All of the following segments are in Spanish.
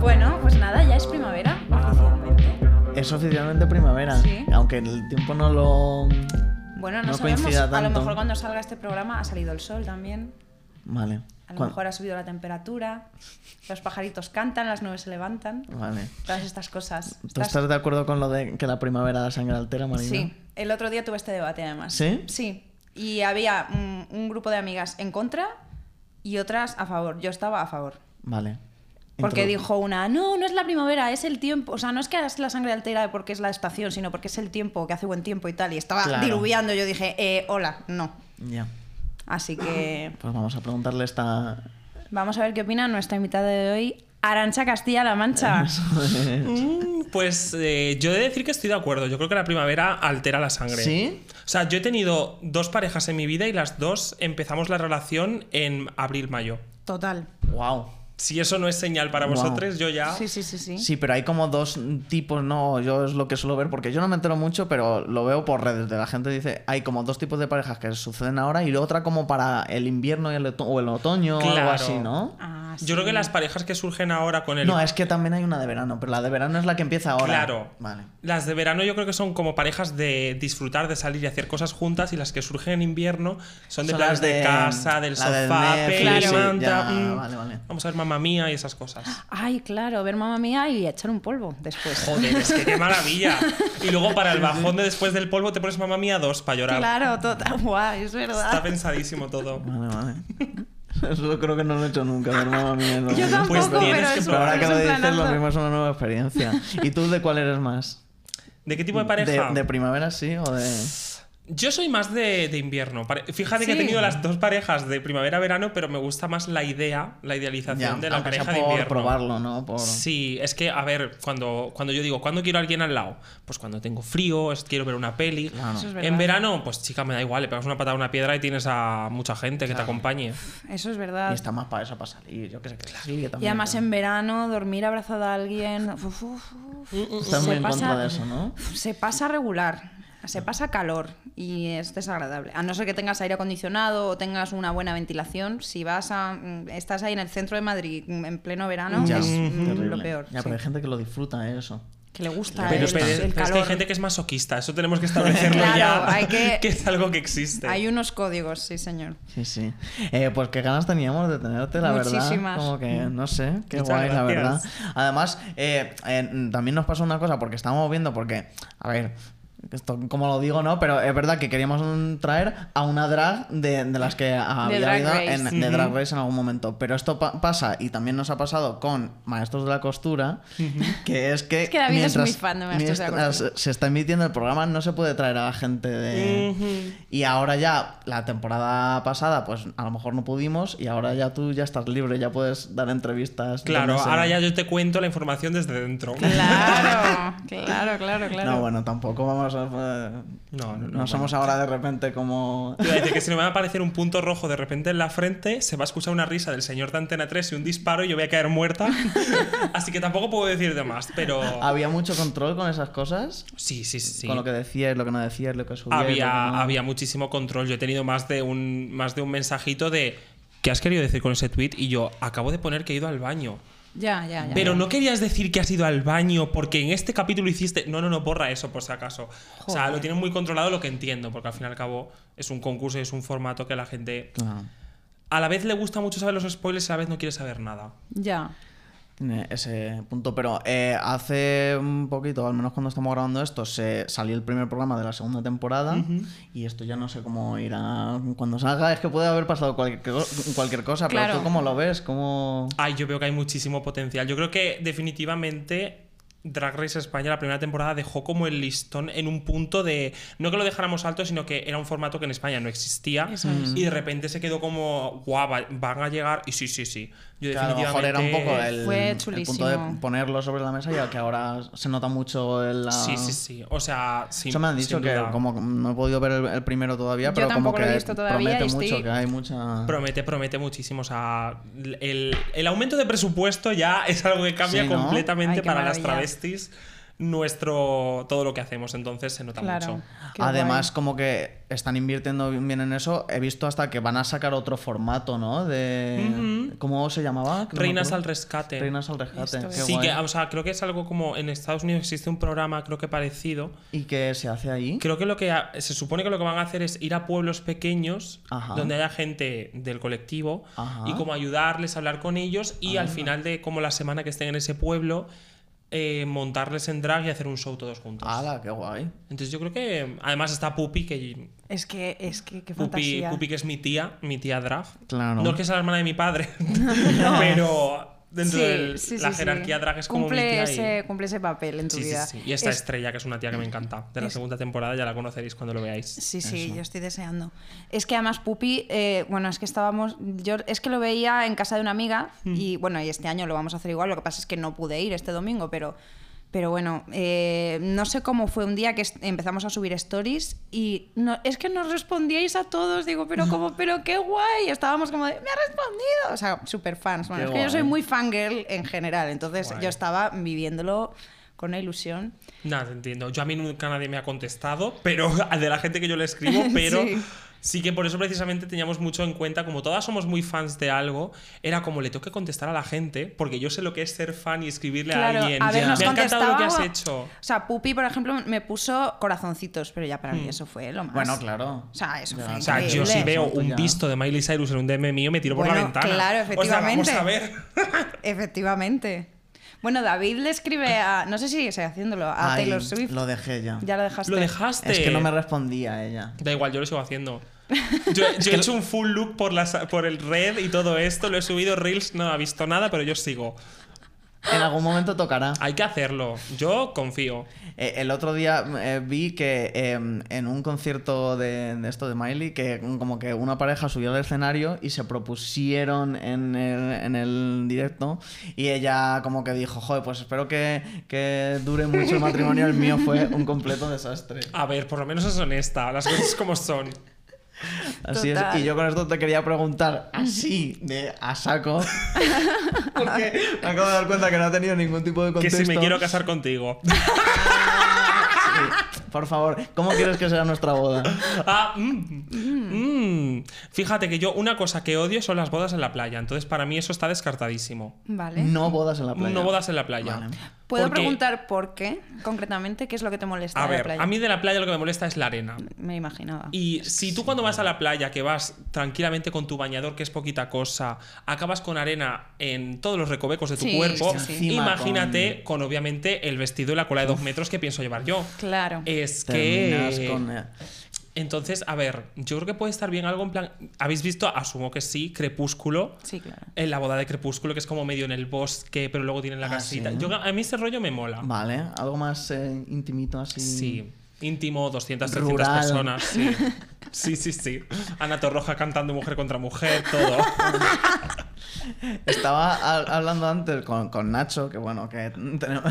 pues es oficialmente primavera. Sí. Aunque el tiempo no lo. Bueno, no, No sabemos. coincida A lo tanto. mejor cuando salga este programa ha salido el sol también. Vale. A lo Cuan- mejor ha subido la temperatura. Los pajaritos cantan, las nubes se levantan. Vale. Todas estas cosas. ¿Tú Estas- estás de acuerdo con lo de que la primavera da sangre altera, Marina? Sí, el otro día tuve este debate además. ¿Sí? Sí. Y había mm, un grupo de amigas en contra y otras a favor. Yo estaba a favor. Vale. Porque Introdu- dijo una, no, no es la primavera, es el tiempo. O sea, no es que es la sangre altera porque es la estación, sino porque es el tiempo, que hace buen tiempo y tal. Y estaba Claro. diluviando. Yo dije, eh, hola, no. Ya. Así que Pues vamos a preguntarle esta. vamos a ver qué opina nuestra invitada de hoy, Arancha Castilla-La Mancha. Pues eh, yo he de decir que estoy de acuerdo. Yo creo que la primavera altera la sangre. ¿Sí? O sea, yo he tenido dos parejas en mi vida y las dos empezamos la relación en abril-mayo. Total. wow. Si eso no es señal para Wow. vosotros, yo ya. Sí, sí, sí, sí. Sí, pero hay como dos tipos, no, yo es lo que suelo ver, porque yo no me entero mucho, pero lo veo por redes, de la gente dice, hay como dos tipos de parejas que suceden ahora y otra como para el invierno y el oto- o el otoño o algo Claro. así, ¿no? Ah, sí. Yo creo que las parejas que surgen ahora con el. No, eh. es que también hay una de verano, pero la de verano es la que empieza ahora. Claro. Vale. Las de verano yo creo que son como parejas de disfrutar, de salir y hacer cosas juntas y las que surgen en invierno son de Son planes las de, de- casa, del la de sofá, Netflix, peli, sí, manta, ya, mm, vale, vale. Vamos a ver mamá mía y esas cosas. Ay, claro, ver mamá mía y echar un polvo después. Joder, es que qué maravilla. Y luego para el bajón de después del polvo te pones mamá mía dos para llorar. Claro, total. Guau, es verdad. Está pensadísimo todo. Vale, vale. Eso creo que no lo he hecho nunca, ver, mamá mía. no. Yo tampoco, Pues tienes pero que es un- Pero ahora que es lo un dices, lo planazo. mismo es una nueva experiencia. ¿Y tú de cuál eres más? ¿De qué tipo de ¿De, pareja? de primavera sí o de...? Yo soy más de, de invierno. Pare- Fíjate que he Sí. tenido las dos parejas de primavera-verano, pero me gusta más la idea, la idealización Ya, de la aunque sea pareja de por invierno. probarlo, ¿no? Por... Sí, es que, a ver, cuando, cuando yo digo, ¿cuándo quiero a alguien al lado? Pues cuando tengo frío, es- quiero ver una peli. Claro. Eso es verdad. En verano, pues chica, me da igual, le pegas una patada a una piedra y tienes a mucha gente que te acompañe. Eso es Y verdad. está más para eso, para salir, yo qué sé, que sí, que Y también. además en verano, dormir abrazada a alguien. uf, uf, uf, uf. Estás muy en pasa- contra de eso, ¿no? Se pasa regular, se Ah. pasa calor y es desagradable. A no ser que tengas aire acondicionado o tengas una buena ventilación, si vas a. mm, estás ahí en el centro de Madrid mm, en pleno verano, Ya, es mm, terrible. lo peor. Ya, sí. pero hay gente que lo disfruta, ¿eh? eso. Que le gusta pues. Pero, el, pero- el pero es que hay calor. gente que es masoquista, eso tenemos que establecerlo Claro, ya. hay que- es algo que existe. Hay unos códigos, sí, señor. Sí, sí. Eh, pues qué ganas teníamos de tenerte, la verdad. Muchísimas. Como que, no sé, qué Muchas guay, la verdad. gracias. Además, eh, eh, también nos pasó una cosa, porque estábamos viendo, porque, a ver, esto como lo digo, ¿no? Pero es verdad que queríamos mm, traer a una drag de, de las que había Drag habido Race. en, de Drag Race en algún momento. Pero esto pa- pasa, y también nos ha pasado con Maestros de la Costura, que es que... Es que David es muy fan de Maestros de la mientras Costura. se está emitiendo el programa, no se puede traer a la gente de... Y ahora ya, la temporada pasada, pues a lo mejor no pudimos y ahora ya tú ya estás libre, ya puedes dar entrevistas. Claro, donde sea. ahora ya yo te cuento la información desde dentro. Claro, claro, claro, claro. No, bueno, tampoco vamos a... No, No, no, no, somos ahora de repente como... Te iba a decir que si no me va a aparecer un punto rojo de repente en la frente, se va a escuchar una risa del señor de Antena 3 y un disparo y yo voy a caer muerta. Así que tampoco puedo decir de más, pero... ¿Había mucho control con esas cosas? Sí, sí, sí. Con lo que decías, lo que no decías, lo que subías. lo que había, no. había muchísimo control. Yo he tenido más de un, más de un mensajito de... ¿Qué has querido decir con ese tweet? Y yo acabo de poner que he ido al baño. Ya, ya, ya. Pero no querías decir que has ido al baño porque en este capítulo hiciste. No, no, no, borra eso por si acaso. O sea, Joder. lo tienen muy controlado lo que entiendo, porque al fin y al cabo es un concurso y es un formato que la gente. Claro. A la vez le gusta mucho saber los spoilers y a la vez no quiere saber nada. Ya. Tiene ese punto, pero eh, hace un poquito, al menos cuando estamos grabando esto, se salió el primer programa de la segunda temporada y esto ya no sé cómo irá cuando salga. Es que puede haber pasado cualquier, co- cualquier cosa, pero Claro. tú cómo lo ves, cómo... Ay, yo veo que hay muchísimo potencial. Yo creo que definitivamente Drag Race España la primera temporada dejó como el listón en un punto de no que lo dejáramos alto, sino que era un formato que en España no existía Eso es. y de repente se quedó como guau, va- van a llegar y sí, sí, sí. Yo Claro, a lo mejor era un poco definitivamente- el, Fue el punto de chulísimo. ponerlo sobre la mesa ya que ahora se nota mucho el... la- Sí, sí, sí. O sea, Ah. sí. Eso me han dicho que como no he podido ver el, el primero todavía, Yo pero como tampoco que lo he visto todavía promete y mucho, estoy- que hay mucha... Promete, promete muchísimo. O sea, el, el aumento de presupuesto ya es algo que cambia Sí, ¿no? completamente Ay, qué para las maravilla. travestis. nuestro todo lo que hacemos, entonces se nota Claro. mucho. Qué Además, guay. como que están invirtiendo bien en eso. He visto hasta que van a sacar otro formato, ¿no? De. Ujú. ¿Cómo se llamaba? Que no me Reinas acuerdo. al rescate. Reinas al rescate. Esto qué es. sí, guay. que, o sea, creo que es algo como en Estados Unidos existe un programa, creo que parecido. ¿Y qué se hace ahí? Creo que lo que ha- se supone que lo que van a hacer es ir a pueblos pequeños Ajá. donde haya gente del colectivo Ajá. Ah. y como ayudarles, hablar con ellos y al final de como la semana que estén en ese pueblo eh, montarles en drag y hacer un show todos juntos. ¡Hala, qué guay! Entonces yo creo que además está Pupi que Es que, es que, qué Pupi, fantasía. Pupi, que es mi tía, mi tía drag. Claro. No es que sea la hermana de mi padre, pero dentro Sí, de sí, la sí, sí. jerarquía drag es como cumple mi tía y- ese, Cumple ese papel en tu Sí, sí, vida. sí. Y esta Es- estrella, que es una tía que me encanta, de la es- segunda temporada, ya la conoceréis cuando lo veáis. Sí, sí, yo estoy deseando. Es que además Pupi, eh, bueno, es que estábamos, yo es que lo veía en casa de una amiga Mm. y bueno, y este año lo vamos a hacer igual, lo que pasa es que no pude ir este domingo, pero, pero bueno, eh, no sé cómo fue un día que es- empezamos a subir stories y no, es que nos respondíais a todos, digo, Mm. pero como, pero qué guay, estábamos como de, me ha respondido, o sea, súper fans, bueno, Qué es que yo soy guay. muy fangirl en general, entonces Guay. yo estaba viviéndolo con una ilusión. Nada, te entiendo. Yo a mí nunca nadie me ha contestado, pero de la gente que yo le escribo, Sí. pero sí. que por eso precisamente teníamos mucho en cuenta, como todas somos muy fans de algo, era como le tengo que contestar a la gente, porque yo sé lo que es ser fan y escribirle Claro, a alguien. habernos me ha encantado lo que has contestado. hecho. O sea, Pupi, por ejemplo, me puso corazoncitos, pero ya para Hmm. mí eso fue lo más. Bueno, claro. O sea, eso fue Ya. O sea, yo Increíble. si veo Exacto, un ya. visto de Miley Cyrus en un DM mío, me tiro por la Bueno, ventana. claro, O sea, vamos a ver. efectivamente. Efectivamente. Bueno, David le escribe a. No sé si sigue haciéndolo, a Ay, Taylor Swift. Lo dejé ya. Ya lo dejaste. Lo dejaste. Es que no me respondía ella. Da igual, yo lo sigo haciendo. Yo, yo he hecho un full look por, las- por el red y todo esto, lo he subido, Reels no ha visto nada, pero yo sigo. En algún momento tocará. Hay que hacerlo, yo confío. Eh, el otro día eh, vi que eh, en un concierto de, de esto de Miley, que como que una pareja subió al escenario y se propusieron en el, en el directo y ella como que dijo, joder, pues espero que, que dure mucho el matrimonio, el mío fue un completo desastre. A ver, por lo menos es honesta, las cosas como son. Así es, Total. y yo con esto te quería preguntar así, de a saco, porque me acabo de dar cuenta que no ha tenido ningún tipo de Que contexto. si me quiero casar contigo. Sí, Por favor, ¿cómo quieres que sea nuestra boda? Ah, mm, mm. Fíjate que yo una cosa que odio son las bodas en la playa, entonces para mí eso está descartadísimo. Vale. No bodas en la playa. No bodas en la playa. Vale. ¿Puedo Porque- preguntar por qué? Concretamente, ¿qué es lo que te molesta A de la ver, playa? a mí de la playa lo que me molesta es la arena. Me imaginaba. Y si tú cuando vas a la playa, que vas tranquilamente con tu bañador, que es poquita cosa, acabas con arena en todos los recovecos de tu Sí, cuerpo, sí, sí. Encima imagínate con... obviamente el vestido y la cola de dos metros que pienso llevar yo. Claro. Es Terminas que... con, eh, Entonces, a ver, yo creo que puede estar bien algo en plan... ¿Habéis visto? Asumo que sí, Crepúsculo. Sí, claro. En la boda de Crepúsculo, que es como medio en el bosque, pero luego tienen la Ah, casita. sí. Yo, a mí ese rollo me mola. Vale, algo más eh, intimito así. Sí, íntimo, 200, 300 Rural. personas. Sí. sí, sí, sí. Ana Torroja cantando mujer contra mujer, todo. Estaba ha- hablando antes con, con Nacho, que bueno, que tenemos...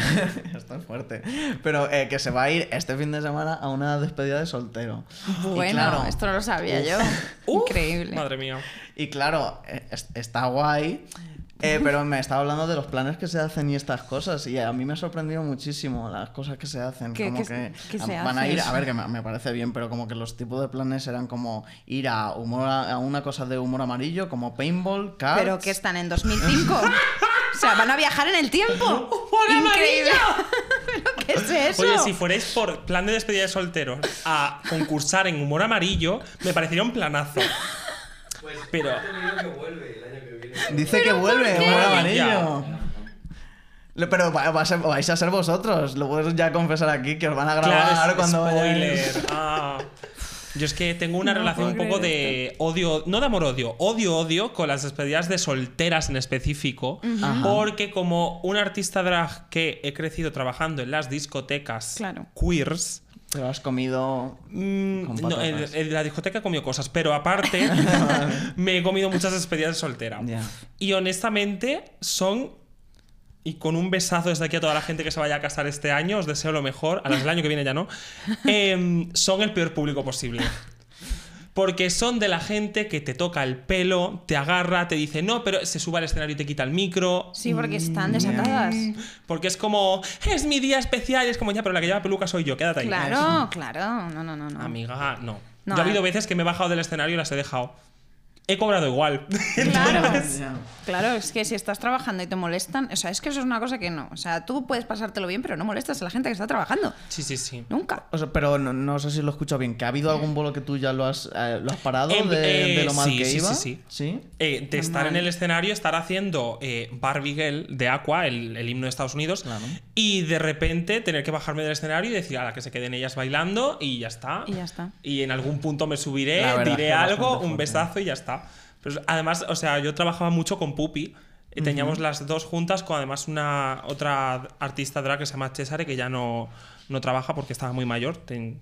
Esto es fuerte. Pero eh, que se va a ir este fin de semana a una despedida de soltero. Y Bueno, claro, esto no lo sabía Uf. yo. Uf, Increíble. Madre mía. Y claro, eh, es- está guay, eh, pero me estaba hablando de los planes que se hacen y estas cosas. Y a mí me ha sorprendido muchísimo las cosas que se hacen. ¿Qué- como qué que se- qué se van a hace? ir, a ver, que me, me parece bien, pero como que los tipos de planes eran como ir a, humor, a una cosa de humor amarillo, como paintball, cards. Pero que están en 2005. o sea, van a viajar en el tiempo. Increíble. ¿Pero qué es eso? Oye, si fuerais por plan de despedida de solteros a concursar en humor amarillo, me parecería un planazo. Pero. Dice que vuelve humor amarillo. Ya. Lo- Pero va- va a ser- vais a ser vosotros, lo puedo ya confesar aquí, que os van a grabar Claro, es cuando spoiler. vayáis. Ah. Yo es que tengo una No relación un puedo poco creer de odio, no de amor-odio, odio-odio con las despedidas de solteras en específico, Ajá. porque como un artista drag que he crecido trabajando en las discotecas Claro. queers, Te lo has comido... Mm, Con no, en, patatas. en la discoteca he comido cosas, pero aparte me he comido muchas despedidas de soltera. Ya. Y honestamente son... Y con un besazo desde aquí a toda la gente que se vaya a casar este año, os deseo lo mejor, a las del año que viene ya no, em, son el peor público posible. Porque son de la gente que te toca el pelo, te agarra, te dice no, pero se sube al escenario y te quita el micro. Mm. Sí, porque están desatadas. Porque es como, es mi día especial. Y es como, ya, pero la que lleva peluca soy yo, quédate ahí. Claro, claro. No, no, no, no. Amiga, no. No, Yo ha eh. habido veces que me he bajado del escenario y las he dejado. He cobrado igual. Claro. Ya. Claro, es que si estás trabajando y te molestan, o sea, es que eso es una cosa que no. O sea, tú puedes pasártelo bien, pero no molestas a la gente que está trabajando. sí, sí, sí. Nunca. O sea, pero no, no sé si lo he escuchado bien. ¿Que ha habido algún vuelo que tú ya lo has, eh, lo has parado Eh. Em, de, eh, de lo mal sí, que sí, iba? sí, sí. Eh, de estar en el escenario, estar haciendo eh, Barbie Girl de Aqua, el, el himno de Estados Unidos, Claro. y de repente tener que bajarme del escenario y decir a la que se queden ellas bailando y ya está. Y ya está. Y en algún punto me subiré, La verdad es diré que algo, bastante un fuerte. besazo y ya está. Pero además, o sea, yo trabajaba mucho con Pupi. y Teníamos las dos juntas con además una otra artista drag que se llama Cesare, que ya no, no trabaja porque estaba muy mayor. ten-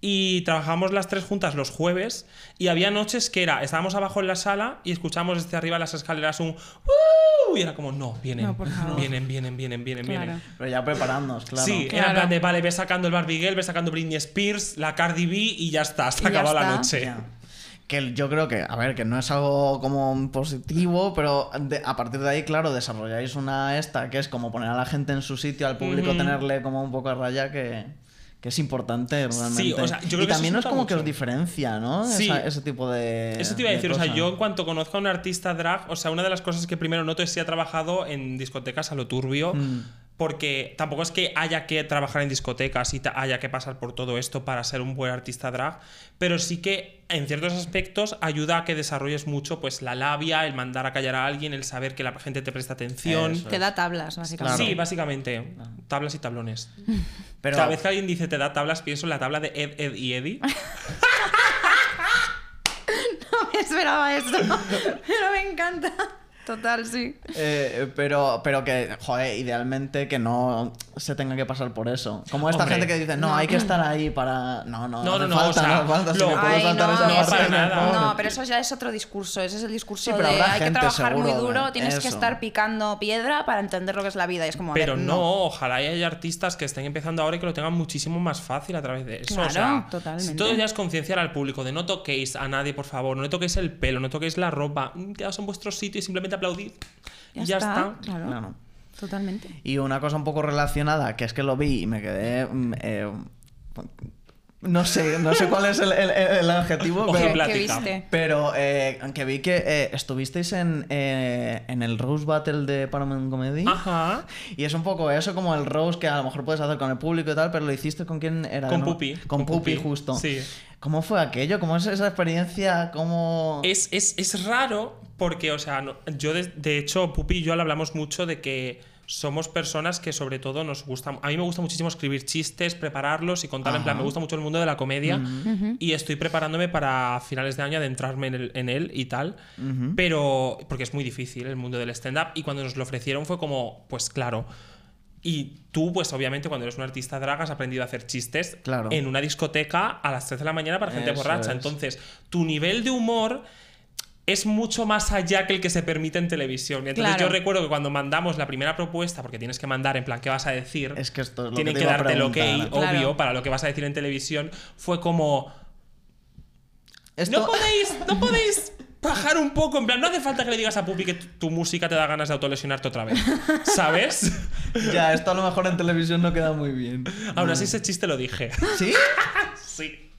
y trabajábamos las tres juntas los jueves y había noches que era, estábamos abajo en la sala y escuchábamos desde arriba las escaleras un "¡Uh!", y era como, no, vienen, No, por favor. vienen, vienen, vienen, vienen, vienen. Claro. Pero ya preparándonos, claro. Sí, Claro. era en plan de, vale, ves sacando el Barbie Girl, ves sacando Britney Spears, la Cardi B y ya está, se Y ya acabó la está. noche. Ya. Que yo creo que, a ver, que no es algo como positivo, pero de- a partir de ahí, claro, desarrolláis una esta que es como poner a la gente en su sitio, al público Ujú. tenerle como un poco a raya que, que es importante realmente. o sea, yo creo y que eso también se es nota como que mucho. os diferencia, ¿no? Sí. Esa- ese tipo de. Eso te iba a Eh, de decir, o sea, cosa. yo en cuanto conozco a un artista drag, o sea, una de las cosas que primero noto es si ha trabajado en discotecas a lo turbio, Mm. porque tampoco es que haya que trabajar en discotecas y ta- haya que pasar por todo esto para ser un buen artista drag, pero sí que en ciertos aspectos ayuda a que desarrolles mucho pues la labia, el mandar a callar a alguien, el saber que la gente te presta atención. Eso Te da tablas, básicamente. Claro. Sí, básicamente, tablas y tablones. Pero, Cada vez que alguien dice te da tablas, pienso en la tabla de Ed, Ed y Eddie. No me esperaba esto, pero me encanta. Total, sí. eh, pero, pero que, joder, idealmente que no se tenga que pasar por eso. Como esta Hombre. gente que dice, no, No. hay que estar ahí para. No, no, no, No, no, no, falta, o sea, no falta, si lo- me puedo Ay, saltar no, esa no, parte, para me nada. jodo. No, pero eso ya es otro discurso. Ese es el discurso pero de habrá hay que gente trabajar muy seguro de duro, tienes que eso. estar picando piedra para entender lo que es la vida. Y es como, a Pero ver, no, ojalá y haya artistas que estén empezando ahora y que lo tengan muchísimo más fácil a través de eso. o Claro, sea, totalmente. Si todo ya es concienciar al público de no toquéis a nadie, por favor, no toquéis el pelo, no toquéis la ropa, mm, quedaos en vuestro sitio y simplemente aplaudid. Ya, y ya está. Claro, Claro. totalmente. Y una cosa un poco relacionada, que es que lo vi y me quedé. mm, eh, no sé, no sé cuál es el, el- el- el adjetivo, Ojo, ¿Qué- pero, plática. ¿Qué viste? pero eh, que vi que eh, estuvisteis en, eh, en el Rose Battle de Paramount Comedy. Ah, Ajá. Y es un poco eso, como el Rose que a lo mejor puedes hacer con el público y tal, pero lo hiciste con quién era. Con ¿no? Pupi. Con, Pupi, justo. Sí. ¿Cómo fue aquello? ¿Cómo es esa experiencia? ¿Cómo.? Es, es- es raro porque, o sea, no- yo de, de hecho, Pupi y yo le hablamos mucho de que somos personas que sobre todo nos gusta, a mí me gusta muchísimo escribir chistes, prepararlos y contar, en plan, Ajá. me gusta mucho el mundo de la comedia y estoy preparándome para finales de año adentrarme en, el- en él y tal, pero porque es muy difícil el mundo del stand-up y cuando nos lo ofrecieron fue como, pues claro. Y tú, pues obviamente, cuando eres un artista drag, has aprendido a hacer chistes Claro. en una discoteca a las 3 de la mañana para gente Eso borracha. es. Entonces, tu nivel de humor es mucho más allá que el que se permite en televisión. Entonces Claro. yo recuerdo que cuando mandamos la primera propuesta, porque tienes que mandar en plan qué vas a decir, Es que esto es lo que tienen te que, iba a darte el ok, preguntar. Claro. obvio, para lo que vas a decir en televisión, fue como, Esto- no podéis, no podéis bajar un poco, en plan, no hace falta que le digas a Pupi que tu tu música te da ganas de autolesionarte otra vez, ¿sabes? Ya, esto a lo mejor en televisión no queda muy bien. Aún Mm. así ese chiste lo dije. ¿Sí? sí.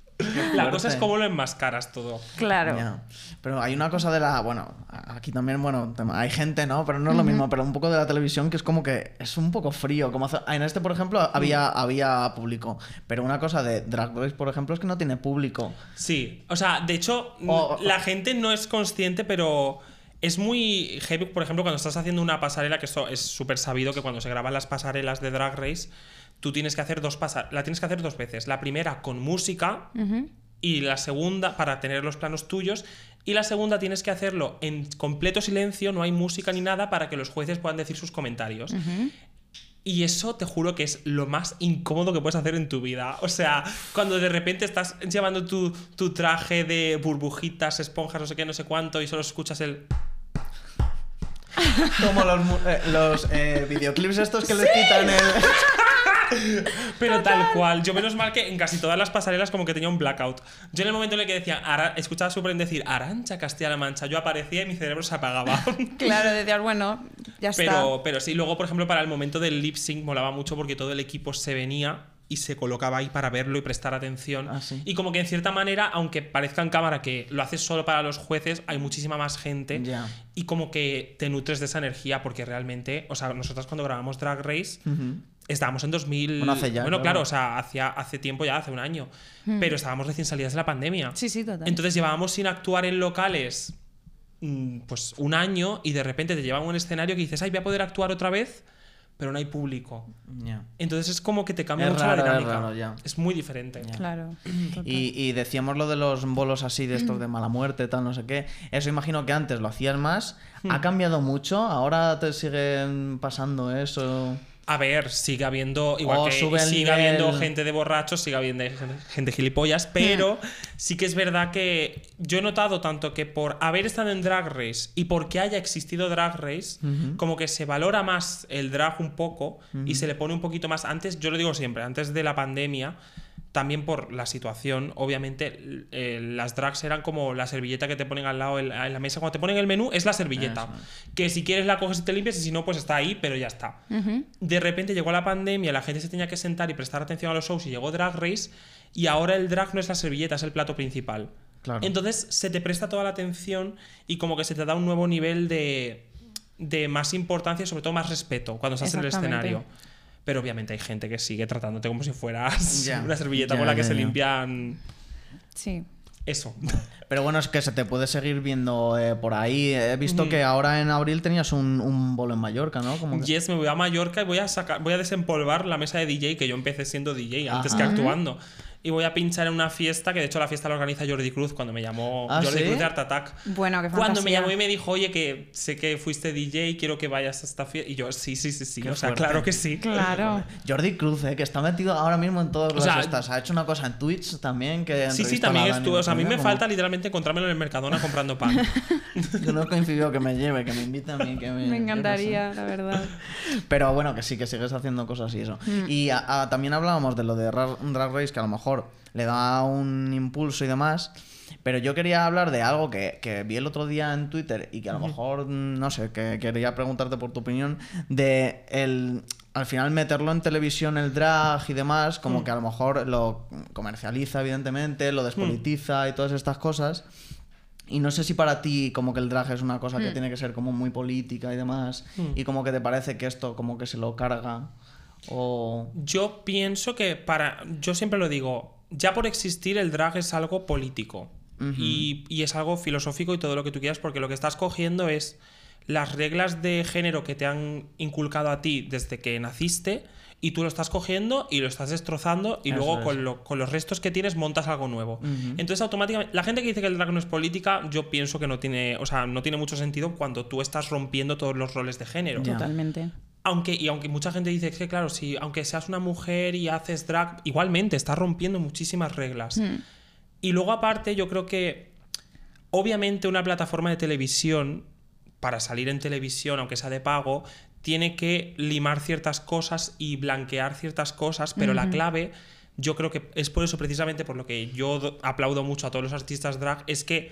La cosa es fuerte. cómo lo enmascaras todo. Claro. Ya. Pero hay una cosa de la. Bueno, a- aquí también, bueno, tem- hay gente, ¿no? Pero no es lo mismo, pero un poco de la televisión que es como que es un poco frío. Como hace- en este, por ejemplo, había, había público. Pero una cosa de Drag Race, por ejemplo, es que no tiene público. Sí, o sea, de hecho, O- la gente no es consciente, pero es muy heavy, por ejemplo, cuando estás haciendo una pasarela, que esto es súper sabido, que cuando se graban las pasarelas de Drag Race, tú tienes que hacer dos pasa- la tienes que hacer dos veces. La primera con música y la segunda para tener los planos tuyos. Y la segunda tienes que hacerlo en completo silencio, no hay música ni nada, para que los jueces puedan decir sus comentarios. Y eso te juro que es lo más incómodo que puedes hacer en tu vida. O sea, cuando de repente estás llevando tu, tu traje de burbujitas, esponjas, no sé qué, no sé cuánto, y solo escuchas el... Como los, mu- eh, los eh, videoclips estos que les quitan el. Pero tal cual. Yo menos mal que en casi todas las pasarelas como que tenía un blackout. Yo en el momento en el que decía, Ara- escuchaba su prenda decir Arancha Castilla-La Mancha, yo aparecía y mi cerebro se apagaba. Claro, decías, bueno, ya está. pero, pero sí, luego, por ejemplo, para el momento del lip sync molaba mucho porque todo el equipo se venía y se colocaba ahí para verlo y prestar atención. Ah, sí. Y como que en cierta manera, aunque parezca en cámara que lo haces solo para los jueces, hay muchísima más gente. Ya. Y como que te nutres de esa energía porque realmente, o sea, nosotras cuando grabamos Drag Race, Ujú. Estábamos en 2000. Mm. Bueno, hace ya, Bueno, claro. Mm. claro, o sea, hacia, hace tiempo ya, hace un año. Pero estábamos recién salidas de la pandemia. Sí, sí, total. Entonces llevábamos sin actuar en locales mm, pues un año y de repente te llevan a un escenario que dices, ay, voy a poder actuar otra vez, pero no hay público. Ya. Entonces es como que te cambia Es mucho raro, la es dinámica. raro, ya. Es muy diferente. Claro. total. Y, y decíamos lo de los bolos así, de estos de mala muerte, tal, no sé qué. Eso imagino que antes lo hacías más. Hmm. ¿Ha cambiado mucho? ¿Ahora te siguen pasando eso? A ver, sigue habiendo, igual Oh, que sube el sigue nivel. Hmm. habiendo gente de borrachos, sigue habiendo gente gilipollas, pero sí que es verdad que yo he notado tanto que por haber estado en Drag Race y porque haya existido Drag Race, como que se valora más el drag un poco y se le pone un poquito más. Antes, yo lo digo siempre, antes de la pandemia, también por la situación, obviamente l- eh, las drags eran como la servilleta que te ponen al lado en la, en la mesa. Cuando te ponen el menú es la servilleta. Que si quieres la coges y te limpias y si no, pues está ahí, pero ya está. De repente llegó la pandemia, la gente se tenía que sentar y prestar atención a los shows y llegó Drag Race y ahora el drag no es la servilleta, es el plato principal. Claro. Entonces se te presta toda la atención y como que se te da un nuevo nivel de, de más importancia y sobre todo más respeto cuando estás en el Exactamente. escenario. Pero obviamente hay gente que sigue tratándote como si fueras Ya. una servilleta Ya, con la que ya, se ya. limpian. Sí. Eso. Pero bueno, es que se te puede seguir viendo eh, por ahí. He visto que ahora en abril tenías un, un bolo en Mallorca, ¿no? Como que... Yes, me voy a Mallorca y voy a sacar, voy a desempolvar la mesa de DJ, que yo empecé siendo DJ antes Ajá. que actuando. Y voy a pinchar en una fiesta, que de hecho la fiesta la organiza Jordi Cruz cuando me llamó ¿Ah, Jordi sí? Cruz de Art Attack. Bueno, qué Cuando me fantasía. llamó y me dijo, oye, que sé que fuiste DJ, quiero que vayas a esta fiesta. Y yo, sí, sí, sí, sí. Qué o sea, fuerte. claro que sí. Claro. Jordi Cruz, eh, que está metido ahora mismo en todas O las sea, estas. Ha hecho una cosa en Twitch también que... Sí, sí, entrevistó a también la Dani estuve. O sea, a mí Rovira, me como- falta literalmente encontrármelo en el Mercadona comprando pan. Yo no coincido que me lleve, que me invite a mí, que me... Me yo no sé. encantaría, la verdad. Pero bueno, que sí, que sigues haciendo cosas y eso. Y a- a- también hablábamos de lo de Ra- Drag Race, que a lo mejor le da un impulso y demás. Pero yo quería hablar de algo que, que vi el otro día en Twitter y que a lo mejor, mm, no sé, que quería preguntarte por tu opinión, de el... Al final meterlo en televisión el drag y demás, como que a lo mejor lo comercializa evidentemente, lo despolitiza y todas estas cosas. Y no sé si para ti como que el drag es una cosa que tiene que ser como muy política y demás, y como que te parece que esto como que se lo carga o... Yo pienso que para. Yo siempre lo digo. Ya por existir, el drag es algo político. y, y es algo filosófico y todo lo que tú quieras, porque lo que estás cogiendo es las reglas de género que te han inculcado a ti desde que naciste. Y tú lo estás cogiendo y lo estás destrozando y Eso luego es. con, lo- con los restos que tienes montas algo nuevo. Entonces automáticamente, la gente que dice que el drag no es política, yo pienso que no tiene, o sea, no tiene mucho sentido cuando tú estás rompiendo todos los roles de género. Ya. Totalmente. Aunque, y aunque mucha gente dice que, claro, si aunque seas una mujer y haces drag, igualmente estás rompiendo muchísimas reglas. Y luego, aparte, yo creo que obviamente una plataforma de televisión, para salir en televisión, aunque sea de pago, tiene que limar ciertas cosas y blanquear ciertas cosas, pero la clave, yo creo que es por eso precisamente por lo que yo do- aplaudo mucho a todos los artistas drag, es que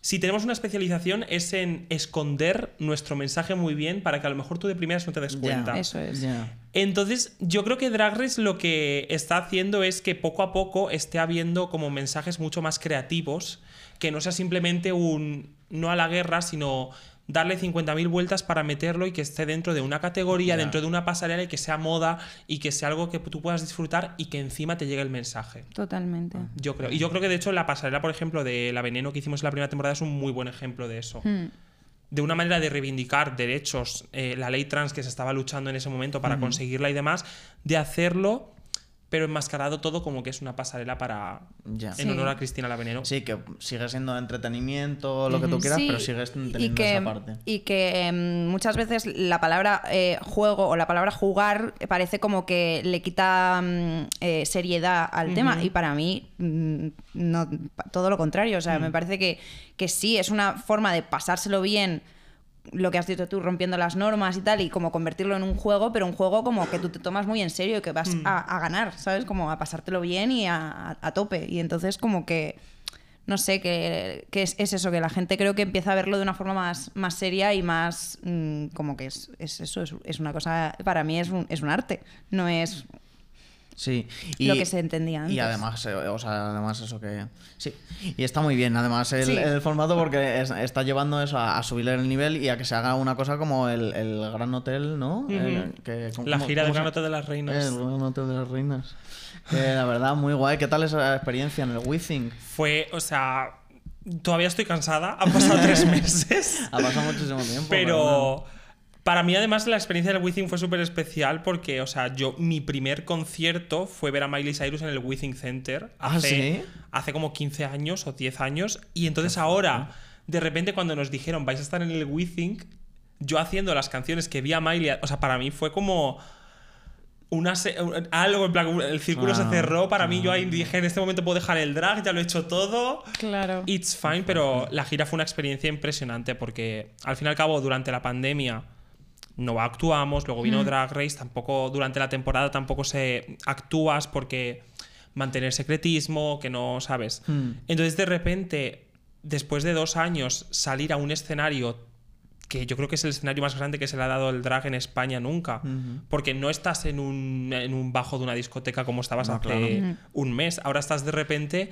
si tenemos una especialización es en esconder nuestro mensaje muy bien para que a lo mejor tú de primeras no te des Ya. cuenta. Eso es. Ya. Entonces, yo creo que Drag Race lo que está haciendo es que poco a poco esté habiendo como mensajes mucho más creativos, que no sea simplemente un no a la guerra, sino darle 50.000 vueltas para meterlo y que esté dentro de una categoría, Ya. dentro de una pasarela y que sea moda y que sea algo que tú puedas disfrutar y que encima te llegue el mensaje. Totalmente. Yo creo. Y yo creo que de hecho la pasarela, por ejemplo, de La Veneno que hicimos en la primera temporada es un muy buen ejemplo de eso Mm. de una manera de reivindicar derechos, eh, la ley trans que se estaba luchando en ese momento para conseguirla y demás, de hacerlo, pero enmascarado todo como que es una pasarela para Ya. en Sí. honor a Cristina la Veneno. Eh, Sí, que sigue siendo entretenimiento, lo que tú quieras, Mm, Sí, pero sigues teniendo esa parte. y que, em, muchas veces la palabra eh, juego o la palabra jugar parece como que le quita mm, eh, seriedad al tema y para mí mm, no, pa- todo lo contrario. O sea, me parece que, que sí, es una forma de pasárselo bien lo que has dicho tú, rompiendo las normas y tal, y como convertirlo en un juego, pero un juego como que tú te tomas muy en serio y que vas a, a ganar, ¿sabes? Como a pasártelo bien y a, a- a tope. Y entonces como que, no sé, que, que es, es eso, que la gente creo que empieza a verlo de una forma más, más seria y más mm, como que es, es eso, es, es una cosa, para mí es un, es un arte, no es... Sí. Lo que se entendía antes. Y además, eh, o sea, además eso que... Sí. Y está muy bien, además, el, Sí. el formato porque es- está llevando eso a, a subir el nivel y a que se haga una cosa como el, el Gran Hotel, ¿no? El- que- ¿cómo- La cómo- gira del cómo se- Eh, Gran Hotel de las Reinas. El Gran Hotel de las Reinas. Que, la verdad, muy guay. ¿Qué tal esa experiencia en el Withing? Fue, o sea, todavía estoy cansada, han pasado tres meses. Ha pasado muchísimo tiempo. ¿verdad? Pero para mí, además, la experiencia del Withing fue súper especial porque, o sea, yo, mi primer concierto fue ver a Miley Cyrus en el Withing Center Ah, hace, ¿sí? hace como 15 años o 10 años. Y entonces ahora, de repente, cuando nos dijeron vais a estar en el Withing, yo haciendo las canciones que vi a Miley, o sea, para mí fue como. Una se- algo en plan, el círculo se Claro, cerró para mí. Yo ahí dije: En este momento puedo dejar el drag, ya lo he hecho todo. Claro. It's fine, pero la gira fue una experiencia impresionante porque al fin y al cabo durante la pandemia no actuamos, luego vino Drag Race, tampoco durante la temporada tampoco se actúas porque mantener secretismo, que no sabes. Hmm. Entonces de repente, después de dos años, salir a un escenario que yo creo que es el escenario más grande que se le ha dado el drag en España nunca, Ujú. porque no estás en un, en un bajo de una discoteca como estabas No, hace claro. un mes, ahora estás de repente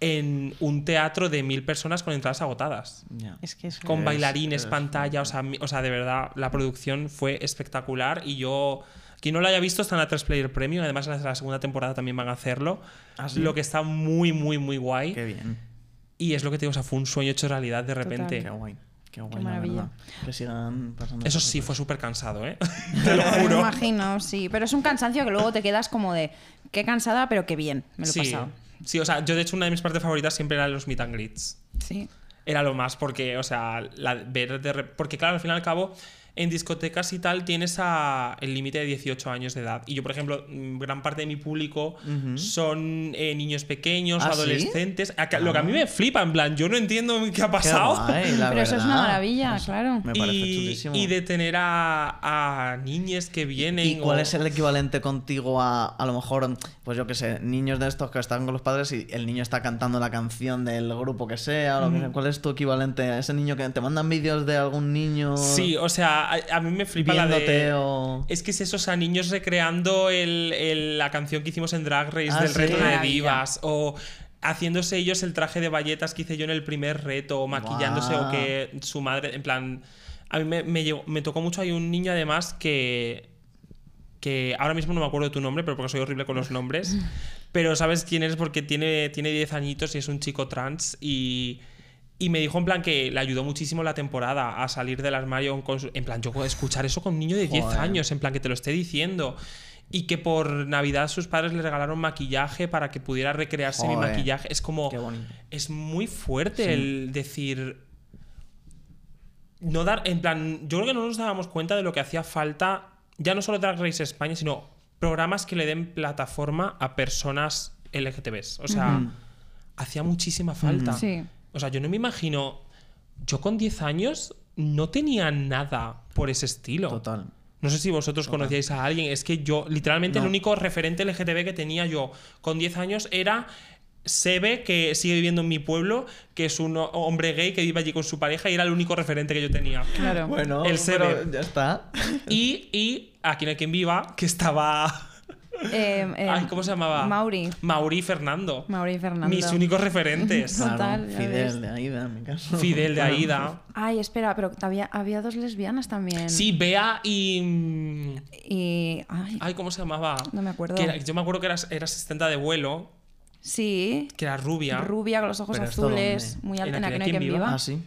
en un teatro de mil personas con entradas agotadas, Ya. Es que es... con Es- bailarines, es- pantalla, o sea, mi- o sea, de verdad, la producción fue espectacular y yo... Quien no lo haya visto está en la 3 Player Premium, además en la- la segunda temporada también van a hacerlo, Ah, ¿sí? lo que está muy, muy, muy guay. Qué bien. Y es lo que te digo, o sea, fue un sueño hecho realidad de repente. Qué guay. Qué guay, la maravilla. verdad. Que sigan pasando. Eso esas sí, cosas. fue súper cansado, ¿eh? Te lo juro. Me imagino, sí. Pero es un cansancio que luego te quedas como de qué cansada, pero qué bien. Me lo he sí. pasado. Sí, o sea, yo de hecho una de mis partes favoritas siempre eran los meet and greets. Sí. Era lo más porque, o sea, la, ver de re- porque claro, al fin y al cabo, en discotecas y tal tienes a- el límite de 18 años de edad. Y yo, por ejemplo, mm, gran parte de mi público son eh, niños pequeños, ¿Ah, sí? Ah. adolescentes. A que- Lo que a mí me flipa, en plan, yo no entiendo qué ha Qué pasado. guay, la Pero eso es verdad. una maravilla, claro. Me parece y, chulísimo. y de tener a, a niñes que vienen. ¿Y cuál o- es el equivalente contigo a, a lo mejor, pues yo qué sé, niños de estos que están con los padres y el niño está cantando la canción del grupo que sea? o lo que Mm. sea? ¿Cuál es tu equivalente a ese niño que te mandan vídeos de algún niño Sí, o sea, a, a mí me flipa la viéndote de. o...? Es que es eso, o sea, niños recreando el- el- la canción que hicimos en Drag Race Ah, del sí. reto de Maravilla. divas o haciéndose ellos el traje de bayetas que hice yo en el primer reto o maquillándose Guau. o que su madre, en plan, a mí me, me llegó- me tocó mucho, hay un niño además que que ahora mismo no me acuerdo de tu nombre, pero porque soy horrible con los nombres, pero sabes quién eres porque tiene, tiene 10 añitos y es un chico trans y, y me dijo en plan que le ayudó muchísimo la temporada a salir del armario, con su- en plan yo escuchar eso con un niño de 10 Joder. años, en plan que te lo esté diciendo. Y que por Navidad sus padres le regalaron maquillaje para que pudiera recrearse mi Joder. maquillaje. Es como. Qué bonito. Es muy fuerte el decir. No dar. En plan, yo creo que no nos dábamos cuenta de lo que hacía falta. Ya no solo Drag Race España, sino programas que le den plataforma a personas LGTBs. O sea, hacía muchísima falta. Sí. O sea, yo no me imagino. Yo con 10 años no tenía nada por ese estilo. Total. No sé si vosotros conocíais a alguien. Es que yo, literalmente, el único referente LGTB que tenía yo con 10 años era Sebe, que sigue viviendo en mi pueblo, que es un ho- hombre gay que vive allí con su pareja y era el único referente que yo tenía. Claro. Bueno, El pero Sebe. ya está. Y, y aquí no hay quien viva, que estaba. Eh, eh, Ay, ¿Cómo se llamaba? Mauri. Mauri Fernando. Mauri Fernando. Mis únicos referentes. Claro, Total, ya Fidel ves. de Aida, en mi caso. Fidel de Bueno, Aida. Ay, espera, pero había, había dos lesbianas también. Sí, Bea y. mm, Y. Ay, Ay, ¿cómo se llamaba? No me acuerdo. Que era- yo me acuerdo que era, era asistenta de vuelo, sí. que era rubia. Rubia con los ojos Pero esto azules, dónde? muy alta en En Aquí Aquí hay no hay quien quien viva. viva. Ah, sí.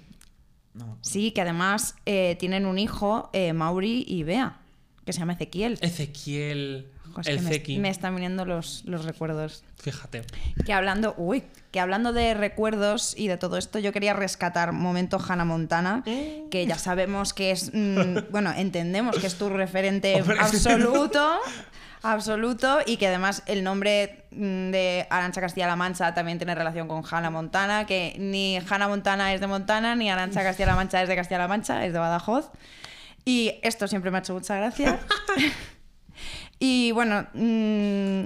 No. Sí, que además eh, tienen un hijo, eh, Mauri y Bea, que se llama Ezequiel. Ezequiel. es El que me, cequi. me están viniendo los, los recuerdos. Fíjate. Que hablando, uy, que hablando de recuerdos y de todo esto, yo quería rescatar momento Hannah Montana, que ya sabemos que es, mm, bueno, entendemos que es tu referente Hombre. absoluto, absoluto, y que además el nombre mm, de Arancha Castilla-La Mancha también tiene relación con Hannah Montana, que ni Hannah Montana es de Montana, ni Arancha Castilla-La Mancha es de Castilla-La Mancha, es de Badajoz. Y esto siempre me ha hecho mucha gracia. Y bueno, mm,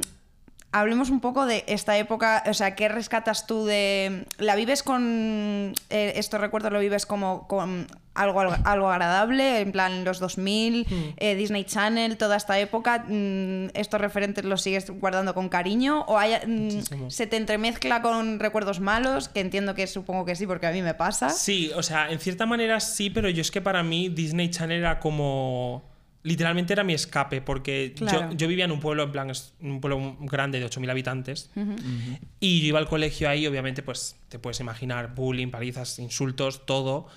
hablemos un poco de esta época, o sea, ¿qué rescatas tú de... ¿La vives con... eh, estos recuerdos lo vives como con algo, algo agradable, en plan los 2000, Hmm. eh, Disney Channel, toda esta época, mm, estos referentes los sigues guardando con cariño o hay, mm, Muchísimo. se te entremezcla con recuerdos malos, que entiendo que supongo que sí, porque a mí me pasa. Sí, o sea, en cierta manera sí, pero yo es que para mí Disney Channel era como. Literalmente era mi escape, porque yo- Claro. yo, vivía en un pueblo, en plan, es un pueblo grande de 8.000 habitantes, y yo iba al colegio ahí, obviamente, pues te puedes imaginar bullying, palizas, insultos, todo.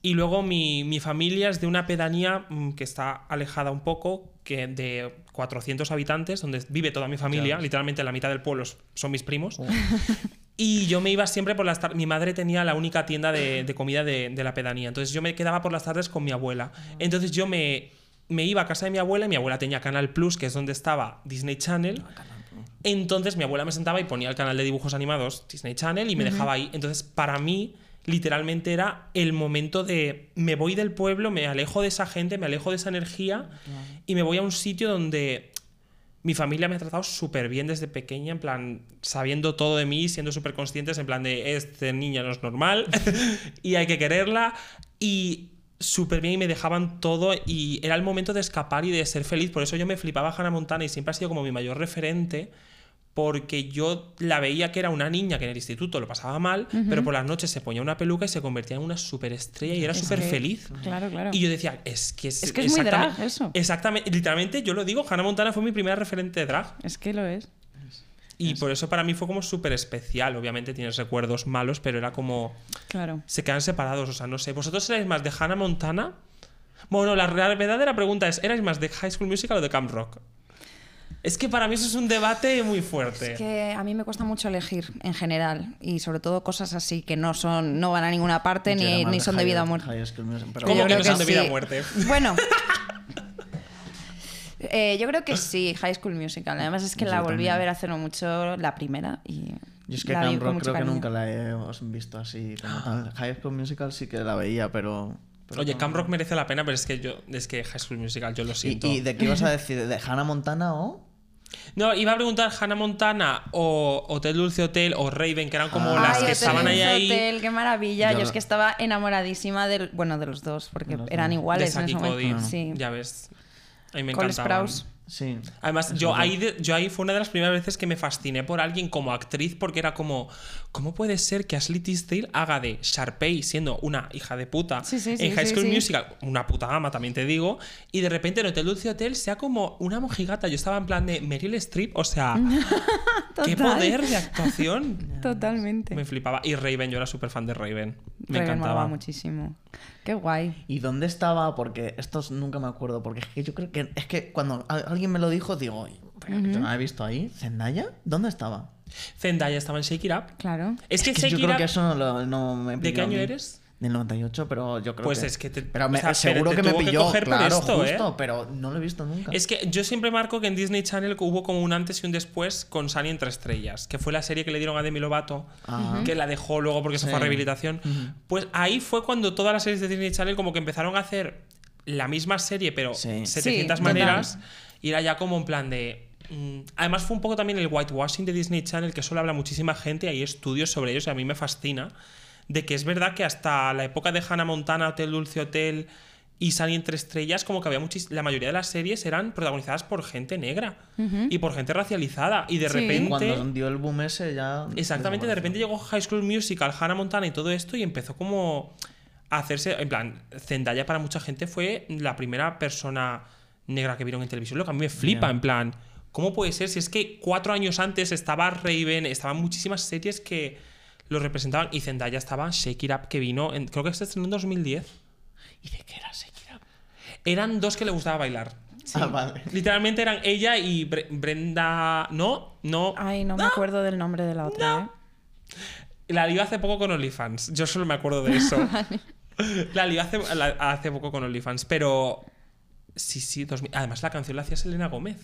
Y luego mi, mi familia es de una pedanía mm, que está alejada un poco, que de 400 habitantes, donde vive toda mi familia, literalmente la mitad del pueblo es- son mis primos. Y yo me iba siempre por las tardes. Mi madre tenía la única tienda de, de comida de, de la pedanía. Entonces yo me quedaba por las tardes con mi abuela. Entonces yo me, me iba a casa de mi abuela y mi abuela tenía Canal Plus, que es donde estaba Disney Channel. Entonces mi abuela me sentaba y ponía el canal de dibujos animados Disney Channel y me dejaba ahí. Entonces para mí literalmente era el momento de me voy del pueblo, me alejo de esa gente, me alejo de esa energía y me voy a un sitio donde mi familia me ha tratado súper bien desde pequeña, en plan, sabiendo todo de mí, siendo súper conscientes, en plan de, este niña no es normal y hay que quererla. Y súper bien y me dejaban todo y era el momento de escapar y de ser feliz. Por eso yo me flipaba Hannah Montana y siempre ha sido como mi mayor referente. Porque yo la veía que era una niña que en el instituto lo pasaba mal, pero por las noches se ponía una peluca y se convertía en una superestrella y era Es súper que- feliz. Claro, claro. Y yo decía, es que es, Es que es muy exactamente- drag, eso. Exactamente, literalmente yo lo digo, Hannah Montana fue mi primera referente de drag. Es que lo es. Y por eso para mí fue como súper especial. Obviamente tienes recuerdos malos, pero era como. Claro. Se quedan separados, o sea, no sé. ¿Vosotros erais más de Hannah Montana? Bueno, la real- verdadera pregunta es: ¿erais más de High School Musical o de Camp Rock? Es que para mí eso es un debate muy fuerte. Es que a mí me cuesta mucho elegir en general y sobre todo cosas así que no son no van a ninguna parte Yo era ni, más ni de son de High- vida o muerte. High School Musical, pero- ¿Cómo Yo que creo no son de vida o muerte? Bueno. Eh, yo creo que sí, High School Musical. Además es que Yo la volví también. a ver hace no mucho, la primera. Y Yo es que la vi Camp con Rock mucho creo que cariño. nunca la hemos visto así Ah. como tal. High School Musical sí que la veía, pero... pero Oye, no. Camp Rock merece la pena, pero es que yo. Es que High School Musical, yo lo ¿Y, siento. y de qué ibas a decir? ¿De Hannah Montana o...? No, iba a preguntar Hannah Montana o Hotel Dulce Hotel o Raven, que eran como Ah. las Ay, que Hotel estaban ahí, Dulce ahí Hotel, qué maravilla. Yo, Yo- es que estaba enamoradísima del, bueno, de los dos, porque Los dos. eran de iguales en Saki ese Cody. momento. Sí. Ya ves. A mí me Cole encantaban. Sprouse. Sí. Además, yo ahí, de- yo ahí fue una de las primeras veces que me fasciné por alguien como actriz porque era como, ¿cómo puede ser que Ashley Tisdale haga de Sharpay siendo una hija de puta Sí, sí, sí, en High sí, School sí. Musical? Una puta ama, también te digo. Y de repente en Hotel Dulce Hotel sea como una mojigata. Yo estaba en plan de Meryl Streep, o sea, qué Total. poder de actuación. Totalmente. Me flipaba. Y Raven, yo era súper fan de Raven. Me Raven molaba encantaba. muchísimo. Qué guay. ¿Y dónde estaba? Porque estos nunca me acuerdo. Porque es que yo creo que... Es que cuando a- alguien me lo dijo, digo... "Oye, pero Yo no la he visto ahí. ¿Zendaya? ¿Dónde estaba? Zendaya estaba en Shake It Up. Claro. Es que, Que Shake yo It creo Up- que eso no, lo- no me ¿De qué pilló a año mí. eres? Del 98, pero yo creo Pues que... es que te- Pero o me, sea, pero seguro te que me tuvo que pilló, coger por claro, esto, ¿eh? justo, pero no lo he visto nunca. Es que yo siempre marco que en Disney Channel hubo como un antes y un después con Sunny entre estrellas, que fue la serie que le dieron a Demi Lovato, Ajá. que la dejó luego porque se Sí. fue a rehabilitación. Pues ahí fue cuando todas las series de Disney Channel como que empezaron a hacer la misma serie, pero Sí. 700 Sí, maneras, y era ya como en plan de... mm, Además fue un poco también el whitewashing de Disney Channel, que solo habla muchísima gente, hay estudios sobre ellos y a mí me fascina, de que es verdad que hasta la época de Hannah Montana, Hotel Dulce Hotel y Sunny entre estrellas, como que había muchis la mayoría de las series eran protagonizadas por gente negra y por gente racializada y de Sí. repente... Cuando dio el boom ese ya... Exactamente, de repente llegó High School Musical, Hannah Montana y todo esto y empezó como a hacerse, en plan, Zendaya para mucha gente fue la primera persona negra que vieron en televisión, lo que a mí me flipa, en plan, ¿cómo puede ser? Si es que cuatro años antes estaba Raven, estaban muchísimas series que lo representaban y Zendaya estaba en Shake It Up que vino, en- creo que se estrenó en 2010. ¿Y de qué era Shake It Up? Eran dos que le gustaba bailar. Ah, vale. Literalmente eran ella y Bre- Brenda. No, no. Ay, no me acuerdo del nombre de la otra. ¿eh? La lió hace poco con OnlyFans. Yo solo me acuerdo de eso. La lió hace, la- hace poco con OnlyFans. Pero. Sí, sí. 2000. Además, la canción la hacía Selena Gómez.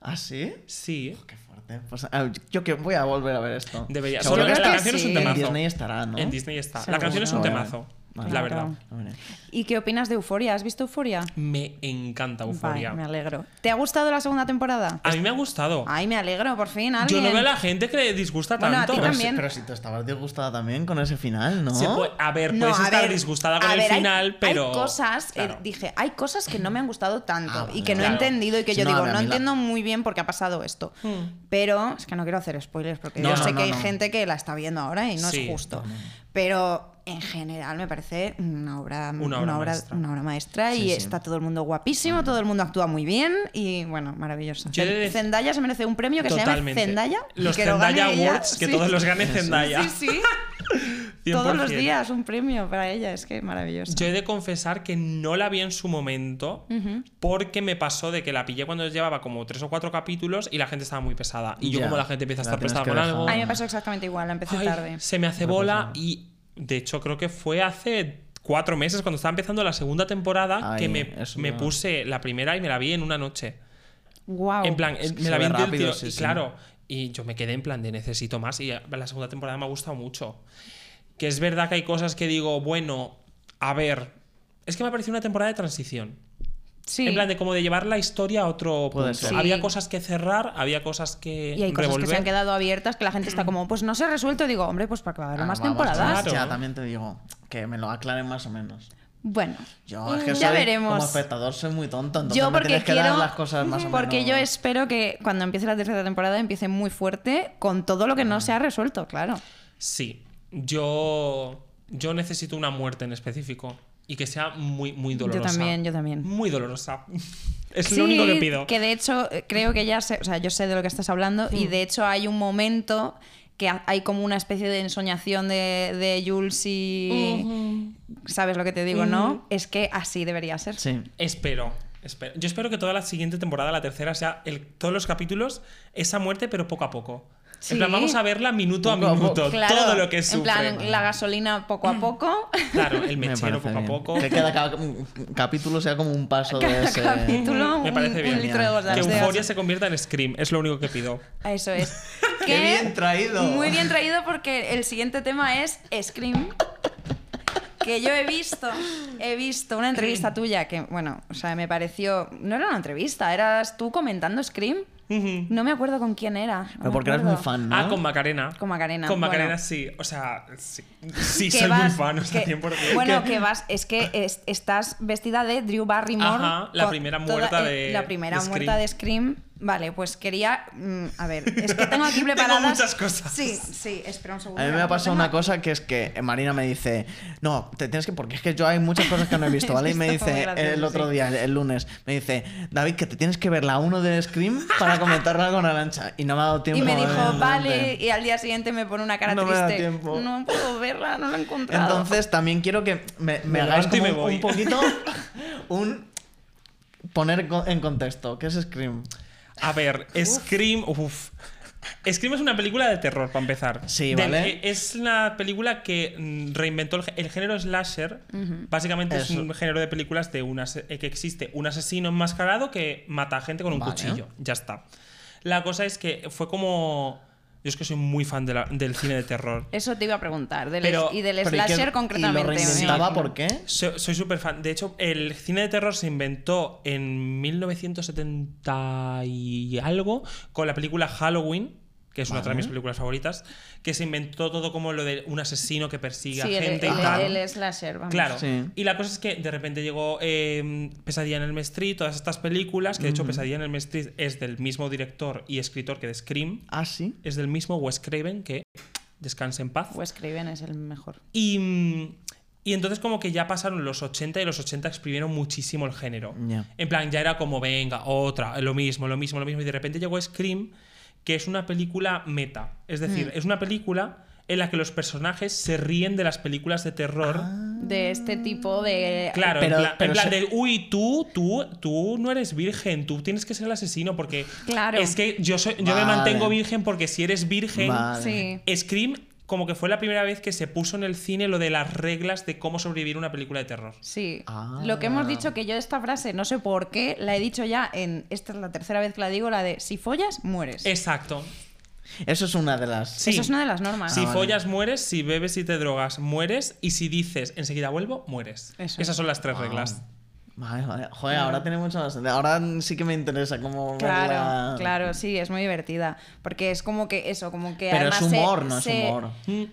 ¿Ah, sí? Sí. Qué fuerte. Pues, ah, yo que voy a volver a ver esto. Debería. Seguro Solo que que la que canción es un sí. en temazo. Disney estará, ¿no? En Disney está. La Seguro. canción es un Vale, temazo. vale. La Claro. verdad. Lo veré. ¿Y qué opinas de Euforia? ¿Has visto Euforia? Me encanta Euforia. me alegro. ¿Te ha gustado la segunda temporada? A mí me ha gustado. Ay, me alegro, por fin, Ah, Yo alguien. no veo a la gente que le disgusta Bueno, a tanto. ti Pero, también. Si, pero si te estabas disgustada también con ese final, ¿no? Ah, Se puede- a ver, No, puedes a estar ver, disgustada a con el ver, hay- final, hay pero. cosas, eh, Claro. dije, hay cosas que no me han gustado tanto Ah, y vale, que no claro. he entendido y que Si yo no, a digo, ver, a no mí la- entiendo muy bien por qué ha pasado esto. Hmm. Pero es que no quiero hacer spoilers porque No, yo no, sé no, que hay no. gente que la está viendo ahora y no Sí, es justo. Pero en general me parece una obra, Una obra maestra. una obra maestra Sí, y sí. está todo el mundo guapísimo, todo el mundo actúa muy bien y bueno, maravillosa. Yo he de Zend- dec- Zendaya se merece un premio que Totalmente. se llame Zendaya. y Los que lo gane Zendaya ella. Awards, que Sí. todos los gane Zendaya. Sí, sí. 100%. Todos los días un premio para ella, es que maravilloso. Yo he de confesar que no la vi en su momento porque me pasó de que la pillé cuando llevaba como tres o cuatro capítulos y la gente estaba muy pesada. Y yo Ya, como la gente empieza a la estar tienes pesada que con dejar. algo... A mí me pasó exactamente igual, la empecé ay, tarde. Se me hace bola y de hecho creo que fue hace cuatro meses cuando estaba empezando la segunda temporada Ay, que me, eso me no. puse la primera y me la vi en una noche. Wow. En plan, eh, que me se la vi ve entera, rápido, tío, sí, y sí. claro, y yo me quedé en plan de necesito más y la segunda temporada me ha gustado mucho. Que es verdad que hay cosas que digo, bueno, a ver, es que me ha parecido una temporada de transición. sí. En plan de como de llevar la historia a otro Puede punto. ser. Había Sí. cosas que cerrar, había cosas que y hay cosas revolver. que se han quedado abiertas que la gente está como, pues no se ha resuelto. Y digo, hombre, pues para acabar Ah, más vamos, temporadas. Ya, Claro. también te digo. Que me lo aclaren más o menos. Bueno, Yo es que Mm, ya soy- veremos. como espectador soy muy tonto, entonces yo me porque tienes que quiero. dar las cosas más o porque menos. yo espero que cuando empiece la tercera temporada empiece muy fuerte con todo lo que no se ha resuelto, claro. Sí, yo, yo necesito una muerte en específico y que sea muy, muy dolorosa. Yo también, yo también. Muy dolorosa. es Sí, lo único que pido. de hecho eh, creo que ya sé, o sea, yo sé de lo que estás hablando y de hecho hay un momento que ha- hay como una especie de ensoñación de, de Jules y... ¿Sabes lo que te digo, no? Es que así debería ser. Sí. Espero, espero. Yo espero que toda la siguiente temporada, la tercera, sea el, todos los capítulos, esa muerte, pero poco a poco. Sí. En plan, vamos a verla minuto a Poco a poco. minuto, Claro, todo lo que En sufre. plan, la gasolina poco a poco, Claro, el me parece mechero poco a bien. poco. Que cada ca- capítulo sea como un paso de cada ese. capítulo Me un, parece un bien. litro de Que gordas. de Euforia se convierta en Scream, es lo único que pido. Eso es. ¡Qué Que- bien traído! Muy bien traído porque el siguiente tema es Scream. Que yo he visto, he visto una entrevista tuya que, bueno, o sea, me pareció. No era una entrevista, eras tú comentando Scream. Ujú. No me acuerdo con quién era. no Pero me porque eres muy acuerdo. fan, ¿no? Ah, con Macarena. Con Macarena, Con Macarena, bueno. sí. O sea, sí, sí Que soy muy vas- fan, o sea, que- 100%. Bueno, Que- que vas, es que es- estás vestida de Drew Barrymore. Ajá, la con primera toda- muerta eh, de- La primera de Scream. muerta de Scream. Vale, pues quería. mm, a ver, es que tengo aquí Tengo preparadas. muchas cosas. Sí, sí, espera un segundo. A mí me que ha lo pasado tengo una cosa que es que Marina me dice, no, te tienes que, porque es que yo hay muchas cosas que no he visto, ¿vale? Y me Esto fue muy dice gracioso, el otro sí. día, el, el lunes, me dice, David, que te tienes que ver la 1 de Scream para comentarla con Arancha. Y no me ha dado tiempo. Y me de dijo, verla vale, antes. y al día siguiente me pone una cara No me da triste. tiempo. No puedo verla, no la he encontrado. Entonces también quiero que me, me Me hagáis levanto y como me un- voy. un poquito un poner co- en contexto, ¿qué es Scream? A ver, Scream. Uf. Scream es una película de terror, para empezar. Sí, Del- ¿vale? eh, es una película que mm, reinventó el, gé- el género slasher. Básicamente es Eso. un género de películas de una, que existe un asesino enmascarado que mata a gente con un Vale. cuchillo. Ya está. La cosa es que fue como. Yo es que soy muy fan de la- del cine de terror. Eso te iba a preguntar. Del Pero- es- y del Pero ¿y qué- slasher concretamente. ¿Y lo me reinventaba imagino. por qué? So- Soy súper fan. De hecho, el cine de terror se inventó en 1970 y algo con la película Halloween, que es una otra de mis películas favoritas, que se inventó todo como lo de un asesino que persigue Sí, a el, gente el- y tal. el E slasher, vamos. Claro. Sí. Y la cosa es que de repente llegó eh, Pesadilla en el Street, todas estas películas, que de hecho Pesadilla en el Street es del mismo director y escritor que de Scream, Ah, sí. es del mismo Wes Craven, que descanse en paz. Wes Craven es el mejor. Y, mm, y entonces como que ya pasaron los 80 y los 80 exprimieron muchísimo el género. Ya. En plan, ya era como, venga, otra, lo mismo, lo Mm. mismo, lo mismo. Y de repente llegó Scream, que es una película meta. Es decir, es una película en la que los personajes se ríen de las películas de terror. de este tipo de... Claro, Ah. Pero- en plan, en pero se- plan de, uy, tú, tú, tú no eres virgen, tú tienes que ser el asesino porque Claro. es que yo, soy, yo Vale. me mantengo virgen porque si eres virgen, Vale. Sí. Scream como que fue la primera vez que se puso en el cine lo de las reglas de cómo sobrevivir una película de terror. Sí, Ah. lo que hemos dicho que yo esta frase, no sé por qué, la he dicho ya en, esta es la tercera vez que la digo, la de si follas, mueres. Exacto. Eso es una de las. Eh, Sí. Eso es una de las normas. Si Ah, vale. follas, mueres. Si bebes y te drogas, mueres. Y si dices enseguida vuelvo, mueres. Eso. Esas son las tres Wow. reglas. Vale, vale. Joder, ahora tiene mucho más. Ahora sí que me interesa cómo. Claro, verla. claro, sí, es muy divertida. Porque es como que eso, como que. Pero es además humor, se- no es se- humor. Mm.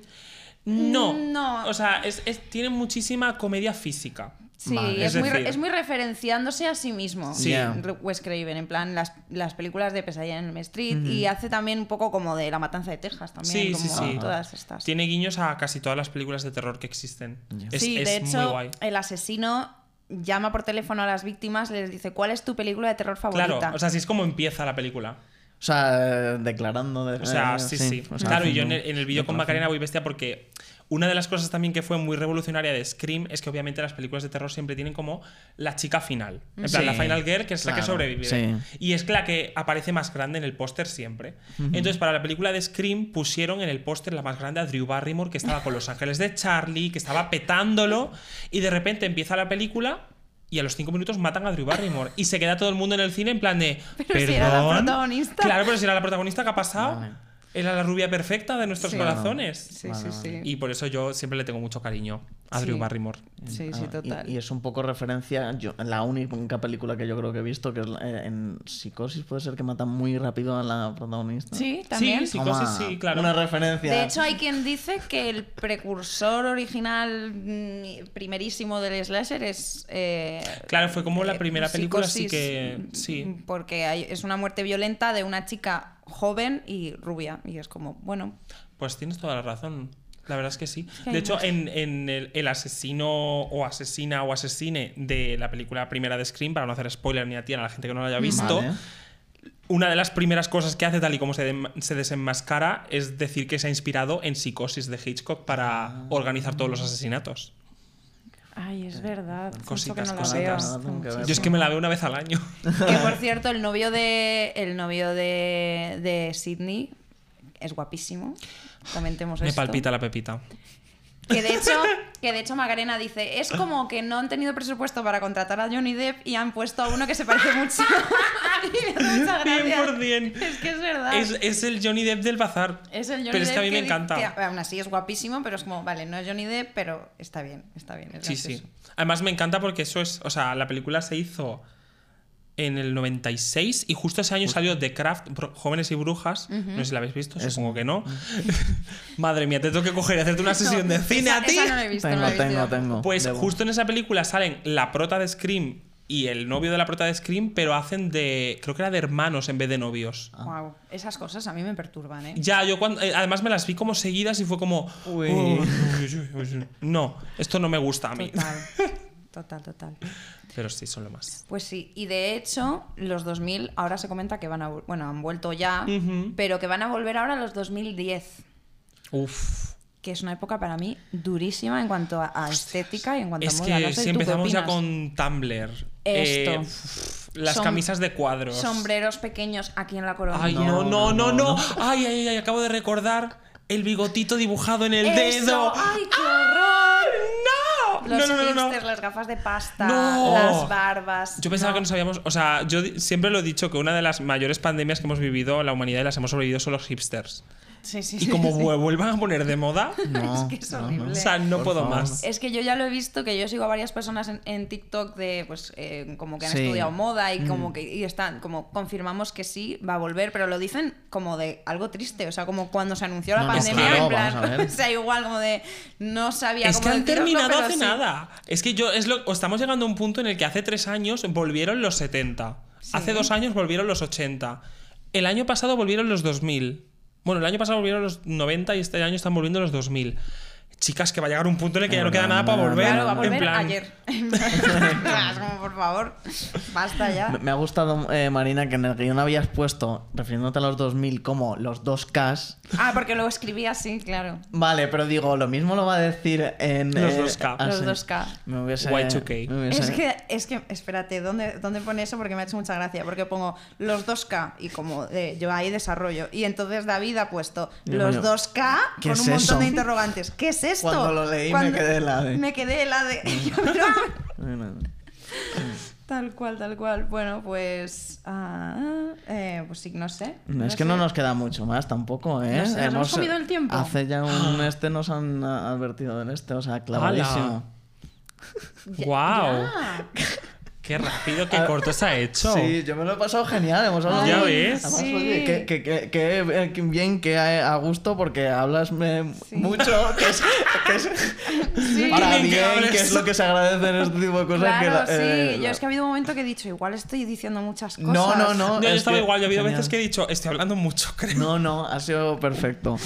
No. No. O sea, es- es- tiene muchísima comedia física. Sí, Vale. es, Es muy, decir- es muy referenciándose a sí mismo. Sí. Yeah. Re- Wes Craven, en plan las, las películas de Pesadilla en el Street. Y hace también un poco como de La Matanza de Texas también. Sí, sí, como sí. Todas estas. Tiene guiños a casi todas las películas de terror que existen. Ya. Es, sí, es de muy hecho, guay. el asesino llama por teléfono a las víctimas, les dice: ¿Cuál es tu película de terror favorita? Claro, o sea, así es como empieza la película. O sea, eh, declarando. de- O sea, eh, sí, sí. Pues o sea, claro, y haciendo- yo en el, en el vídeo con Macarena voy bestia porque una de las cosas también que fue muy revolucionaria de Scream es que obviamente las películas de terror siempre tienen como la chica final. En plan, Sí, la final girl, que es la que claro, sobrevive. sí. Y es la que aparece más grande en el póster siempre. Entonces, para la película de Scream pusieron en el póster la más grande a Drew Barrymore, que estaba con Los Ángeles de Charlie, que estaba petándolo, y de repente empieza la película. Y a los cinco minutos matan a Drew Barrymore. Y se queda todo el mundo en el cine en plan de. Pero si era la "Perdón". protagonista. Claro, pero si era la protagonista, ¿qué ha pasado? Vale. Era la rubia perfecta de nuestros Sí. corazones. Sí, Vale, sí, vale. sí. Y por eso yo siempre le tengo mucho cariño a Sí. Drew Barrymore. Sí, Ah, sí, y- total. Y, es un poco referencia, yo, la única película que yo creo que he visto, que es la- eh, en Psicosis, puede ser que matan muy rápido a la protagonista. Sí, también. Sí, Psicosis, sí, claro. Una referencia. De hecho, hay quien dice que el precursor original mm, primerísimo del slasher es. eh, Claro, fue como la eh, primera película, así Psicosis, mm, que. Sí. Porque hay- es una muerte violenta de una chica joven y rubia. Y es como, bueno. Pues tienes toda la razón. La verdad es que sí. que de hay hecho, más. en, en el, el asesino o asesina o asesine de la película primera de Scream, para no hacer spoiler ni a ti, ni a la gente que no la haya visto, Vale. una de las primeras cosas que hace, tal y como se, dem- se desenmascara, es decir que se ha inspirado en Psicosis de Hitchcock Ah. para organizar todos los asesinatos. Ay, es verdad. Cositas, que no la cositas. veo. Tengo que ver. Yo es que me la veo una vez al año. Que por cierto, el novio de. El novio de. de Sidney es guapísimo. Comentemos Me esto. palpita la pepita. Que de hecho, que de hecho Macarena dice, es como que no han tenido presupuesto para contratar a Johnny Depp y han puesto a uno que se parece mucho. a mí me hace mucha gracia. 100%. Es que es verdad. Es, es el Johnny Depp del bazar. Es el Johnny Pero es que Depp a mí me di- encanta. que aún así es guapísimo, pero es como, vale, no es Johnny Depp, pero está bien, está bien. es sí, gracioso. sí. Además me encanta porque eso es, o sea, la película se hizo en el 96 y justo ese año salió The Craft, Bro- Jóvenes y Brujas. No sé si la habéis visto, supongo que no. Madre mía, te tengo que coger y hacerte una sesión de cine Esa- a ti. esa no la he visto, no Tengo, la he visto tengo, yo. tengo. Pues Debo. justo en esa película salen la prota de Scream y el novio de la prota de Scream, pero hacen de, creo que era de hermanos en vez de novios. Guau, esas cosas a mí me perturban, ¿eh? Ya, yo cuando. eh, además me las vi como seguidas y fue como. Uy. "Oh, uy, uy, uy". no, esto no me gusta a mí. Total, total, total. Pero sí, son lo más. Pues sí, y de hecho, los 2000 ahora se comenta que van a. vol- Bueno, han vuelto ya, Ujú. pero que van a volver ahora los 2010, Uf. que es una época para mí durísima en cuanto a, a estética y en cuanto Es a moda. No que sé, si ¿tú qué empezamos ya opinas? con Tumblr. eh, Esto. uf, las Som- camisas de cuadros. Sombreros pequeños aquí en la corona. Ay, no, no, no, no. Ay, ay, ay, acabo de recordar el bigotito dibujado en el ¡Eso! dedo. ¡Ah! ¡Ay, qué horror! ¡No! Los no, no, no, no. hipsters, las gafas de pasta, No. las barbas. Yo pensaba que nos habíamos. O sea, yo di- siempre lo he dicho que una de las mayores pandemias que hemos vivido la humanidad y las hemos sobrevivido son los hipsters. Sí, sí, Y sí, como sí. vu- vuelvan a poner de moda, No, Es que es no, no. horrible. o sea, no Por puedo favor. más. Es que yo ya lo he visto, que yo sigo a varias personas en, en TikTok de, pues, eh, como que han Sí. Mm. estudiado moda y como que y están, como confirmamos que sí, va a volver, pero lo dicen como de algo triste, o sea, como cuando se anunció la No, no, pandemia, claro, en plan, vamos a ver. o sea, igual como de, no sabía Es cómo que han deciroslo, terminado pero hace sí. nada. Es que yo es lo, o estamos llegando a un punto en el que hace tres años volvieron los 70. Sí. Hace dos años volvieron los 80. El año pasado volvieron los 2000. Bueno, el año pasado volvieron los 90 y este año están volviendo los 2000. chicas, que va a llegar un punto en el que ya no queda No, nada no, para no, volver. Claro, Claro, va a en volver plan, ayer. es como, por favor, basta ya. Me- Me ha gustado, eh, Marina, que en el guión habías puesto, refiriéndote a los 2000 como los 2Ks. Ah, porque lo escribí así, claro. Vale, pero digo, lo mismo lo va a decir en. Los 2K. ah, Los sí. 2K. Me hubiese. Y2K. me hubiese- Es que, es que, espérate, ¿dónde, ¿dónde pone eso? Porque me ha hecho mucha gracia. Porque pongo los 2K y como eh, yo ahí desarrollo. Y entonces David ha puesto Dios los mío, 2K ¿qué con es un montón eso? de interrogantes. ¿Qué es esto? Cuando lo leí me quedé helada. Me quedé helada. Y yo, pero- Bueno, Tal cual, tal cual. Bueno, pues. ah, eh, pues sí, no sé. no, es que no sé. nos queda mucho más tampoco, ¿eh? No sé, nos hemos comido el tiempo. Hace ya un este nos han ah, advertido del este, o sea, clavadísimo. ¡Wow! Ah, ¡Qué rápido, qué corto se ha hecho! Ah, Sí, yo me lo he pasado genial, hemos hablado Ya mucho. ves. Además, sí. oye, que, que- que- que, eh, que bien, que a, a gusto, porque hablas eh, Sí. mucho, que es, que es- sí. Ahora Bien que bien, que hables. es lo que se agradece en este tipo de cosas. que Claro, la- sí. eh, yo la- es que ha habido un momento que he dicho, igual estoy diciendo muchas cosas. No, no, no. No, yo es estaba que- igual, yo he habido genial. veces que he dicho, estoy hablando mucho, creo. No, no, ha sido perfecto.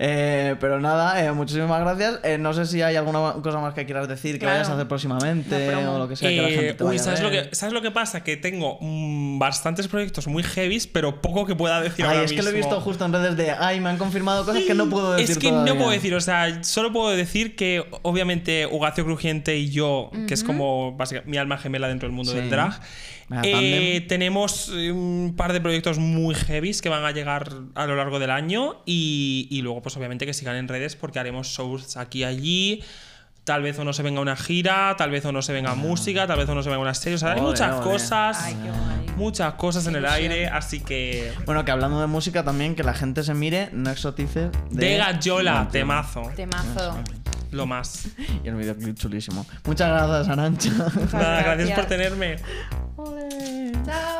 Eh, pero nada, eh, muchísimas gracias. Eh, no sé si hay alguna cosa más que quieras decir que Claro. vayas a hacer próximamente La promo. o lo que sea que la Eh, gente te uy, vaya a ¿sabes, lo ver. que, ¿sabes lo que pasa? Que tengo mm, bastantes proyectos muy heavies, pero poco que pueda decir Ay, ahora es que lo he mismo. visto justo en redes de. Ay, me han confirmado cosas que no puedo decir. Es que todavía". no puedo decir, o sea, solo puedo decir que obviamente Ugacio Crujiente y yo, que es como básicamente mi alma gemela dentro del mundo Sí. del drag, Vaya eh, tándem. tenemos eh, un par de proyectos muy heavies que van a llegar a lo largo del año y, y luego pues obviamente que sigan en redes porque haremos shows aquí y allí. Tal vez o no se venga una gira, tal vez o no se venga música, tal vez o no se venga una serie. O sea, hay Ole, muchas ole. cosas, Ay, qué guay. muchas cosas en el Ilusión. aire, así que... Bueno, que hablando de música también, que la gente se mire, no exotice. De Gayola, temazo, Temazo. lo más. Y el videoclip chulísimo. Muchas gracias, Arancha. Muchas Nada, gracias gracias. por tenerme. Chao.